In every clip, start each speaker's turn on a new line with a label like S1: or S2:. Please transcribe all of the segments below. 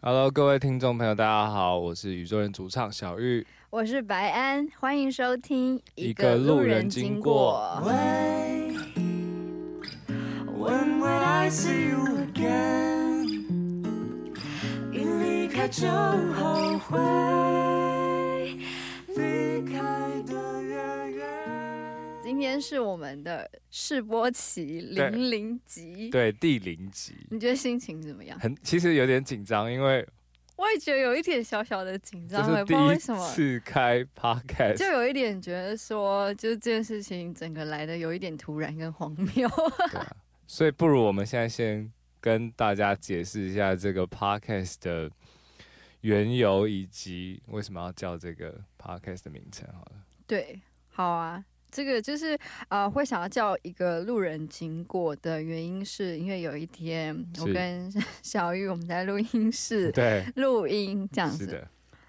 S1: Hello，各位听众朋友，大家好，我是宇宙人主唱小玉。
S2: 我是白安，欢迎收听
S1: 一个路人经过
S3: Why? When will I see you again？一 oh, 离开就后悔，离开的远远。
S2: 今天是我们的试播期零零集，
S1: 对，第零集，
S2: 你觉得心情怎么样？
S1: 很其实有点紧张，因为
S2: 我也觉得有一点小小的紧
S1: 这
S2: 张，我
S1: 是
S2: 也
S1: 第
S2: 不知道为
S1: 一
S2: 什么，
S1: 次开
S2: 就
S1: podcast，
S2: 有一点觉得说，就是这件事情整个来的有一点突然跟荒谬。
S1: 对啊所以不如我们现在先跟大家解释一下这个 podcast 的缘由以及为什么要叫这个 podcast 的名称好了。
S2: 对，好啊。这个就是呃，会想要叫一个路人经过的原因，是因为有一天我
S1: 是
S2: 跟小玉我们在录 音室
S1: 对，
S2: 录音这样
S1: 是
S2: 子，
S1: 的，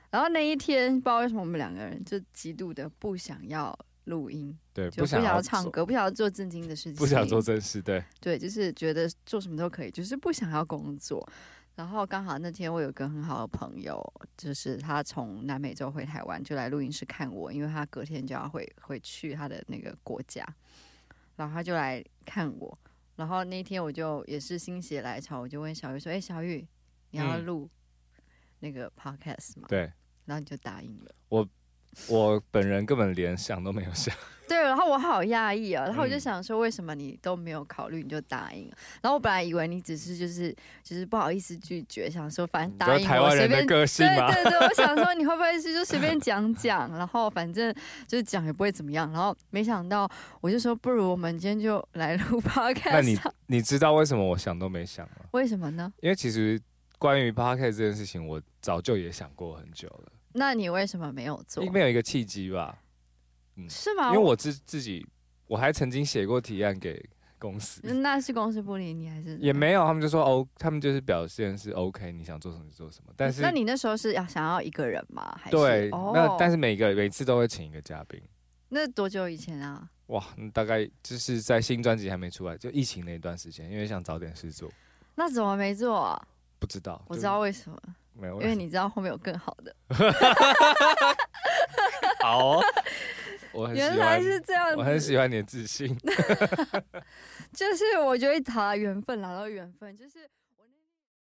S2: 然后那一天，不知道为什么我们两个人就极度的不想要录音，
S1: 对，
S2: 就不想
S1: 想
S2: 要
S1: 要
S2: 唱
S1: 做，
S2: 歌，不想要做正经的事情，
S1: 不想做正事，对，
S2: 对，就是觉得做什么都可以，就是不想要工作。然后刚好那天我有个很好的朋友，就是他从南美洲回台湾，就来录音室看我，因为他隔天就要回回去他的那个国家，然后他就来看我。然后那天我就也是心血来潮，我就问小玉说：“哎、小玉，你要
S1: 嗯
S2: 录那个 podcast 吗？”
S1: 对
S2: 然后你就答应了。
S1: 我本人根本连想都没有想。
S2: 对，然后我好讶异啊，然后我就
S1: 嗯
S2: 想说，为什么你都没有考虑你就答应了？然后我本来以为你只是就是就是不好意思拒绝，想说反正
S1: 你知
S2: 答
S1: 道
S2: 应
S1: 台
S2: 我
S1: 湾
S2: 随
S1: 人的
S2: 便。
S1: 个性
S2: 对
S1: 吗？
S2: 对对，我想 说你会不会是就随便讲讲，然后反正就是讲也不会怎么样，然后没想到我就说不如我们今天就来录 podcast，
S1: 那你你知道为什么我想都没想吗？
S2: 为什么呢？
S1: 因为其实关于 podcast 这件事情，我早就也想过很久了，
S2: 那你为什么没有做
S1: 因？为有一个契机吧。
S2: 是
S1: 因
S2: 吗？
S1: 为我自自己，我还曾经写过提案给公司，
S2: 那是公司不理你还是
S1: 也？没有，他们就说哦，他们就是表现是 OK，你想做什么就做什么。但是
S2: 那你那时候是要想要一个人吗？还是
S1: 对，
S2: 哦、
S1: 那但是每个每次都会请一个嘉宾。
S2: 那多久以前啊？
S1: 哇，那大概就是在新专辑还没出来，就疫情那段时间，因为想找点事做，
S2: 那怎么没做、啊？
S1: 不知道。
S2: 我
S1: 就
S2: 知道为什么，
S1: 没有，
S2: 因为你知道后面有更好的。
S1: 好哦， 我很喜
S2: 原
S1: 欢
S2: 来是这样
S1: 我很
S2: 子，
S1: 喜欢你的自信。
S2: 就是我觉得好啦，缘分啦，然后缘分就是。